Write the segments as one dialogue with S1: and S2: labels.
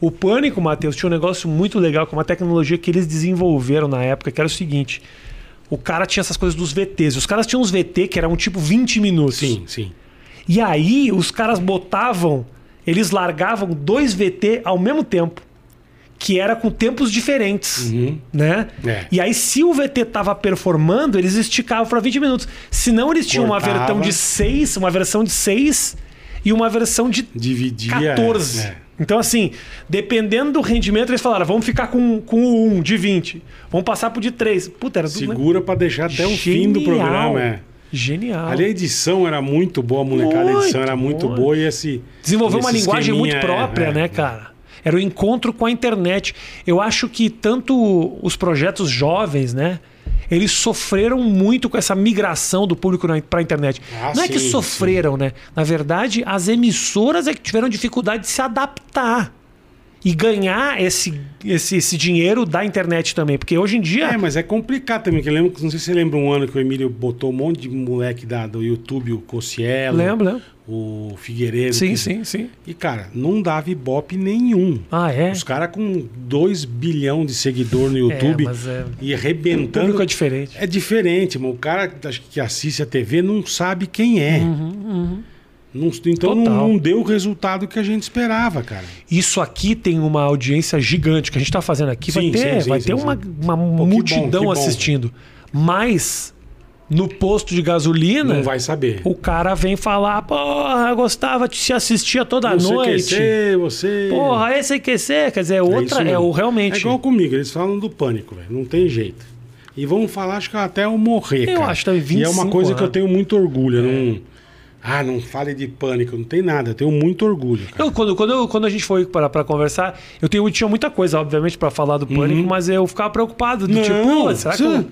S1: O Pânico, Matheus, tinha um negócio muito legal com uma tecnologia que eles desenvolveram na época, que era o seguinte. O cara tinha essas coisas dos VTs. Os caras tinham uns VT que eram tipo 20 minutos.
S2: Sim, sim.
S1: E aí os caras botavam, eles largavam dois VT ao mesmo tempo, que era com tempos diferentes, né?
S2: É.
S1: E aí se o VT tava performando, eles esticavam para 20 minutos. Senão eles tinham uma
S2: Cortava.
S1: versão de 6, uma versão de 6 e uma versão de
S2: Dividia.
S1: 14.
S2: é, é.
S1: Então, assim, dependendo do rendimento, eles falaram: vamos ficar com, com o 1 de 20, vamos passar pro de 3. Puta, era tudo
S2: Segura pra deixar até o fim do
S1: Genial.
S2: programa. É.
S1: Genial.
S2: Ali a edição era muito boa, a molecada. a edição
S1: Muito
S2: era muito
S1: boa.
S2: boa e esse.
S1: Desenvolveu uma
S2: esse
S1: linguagem muito
S2: esqueminha, é,
S1: própria,
S2: é.
S1: né, cara? Era o encontro com a internet. Eu acho que tanto os projetos jovens, né? Eles sofreram muito com essa migração do público para a internet.
S2: Ah,
S1: Não é que
S2: sim,
S1: sofreram, né? Na verdade, as emissoras é que tiveram dificuldade de se adaptar e ganhar esse, esse, esse dinheiro da internet também. Porque hoje em dia.
S2: É, mas é complicado também, que eu lembro, não sei se você lembra um ano que o Emílio botou um monte de moleque da, do YouTube, o Cossielo,
S1: Lembro, lembro.
S2: o Figueiredo.
S1: Sim,
S2: que-
S1: sim, sim.
S2: E, cara, não dava ibope nenhum.
S1: Ah, é?
S2: Os caras com 2 bilhão de seguidor no YouTube
S1: mas é-
S2: e
S1: O público
S2: arrebentando.
S1: é diferente.
S2: É diferente, mano. O cara acho que assiste a TV não sabe quem é. Não- então não,
S1: Uhum, Total.
S2: não deu o resultado que a gente esperava, cara.
S1: Isso aqui tem uma audiência gigante que a gente está fazendo aqui. vai
S2: Sim,
S1: ter,
S2: sim, sim,
S1: vai
S2: sim,
S1: ter
S2: sim.
S1: uma, uma
S2: bom,
S1: multidão
S2: que bom.
S1: assistindo. Mas no posto de gasolina,
S2: Não vai saber.
S1: o cara vem falar: porra, eu gostava de se assistia toda
S2: você
S1: noite.
S2: quer ser, você.
S1: Porra, esse aquecer, quer dizer,
S2: isso
S1: outra é,
S2: mesmo.
S1: o realmente.
S2: É igual comigo, eles falam do pânico, velho. Não tem jeito. E vão falar, acho que até eu morrer.
S1: Eu
S2: cara.
S1: acho que tá em
S2: E é uma
S1: 25
S2: coisa que eu
S1: anos. É.
S2: tenho muito orgulho. eu Não... Ah, não fale de pânico, não tem nada. Eu tenho muito orgulho. cara.
S1: Eu, quando, quando, eu- quando a gente foi para pra conversar, eu, tenho, eu tinha muita coisa, obviamente, para falar do pânico, mas eu ficava preocupado. Do
S2: Uhum. Não,
S1: tipo, pô, será que
S2: isso-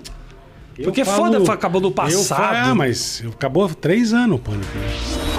S1: eu- Porque é foda, acabou do
S2: Eu falo,
S1: passado.
S2: ah, mas acabou há três anos o pânico. né?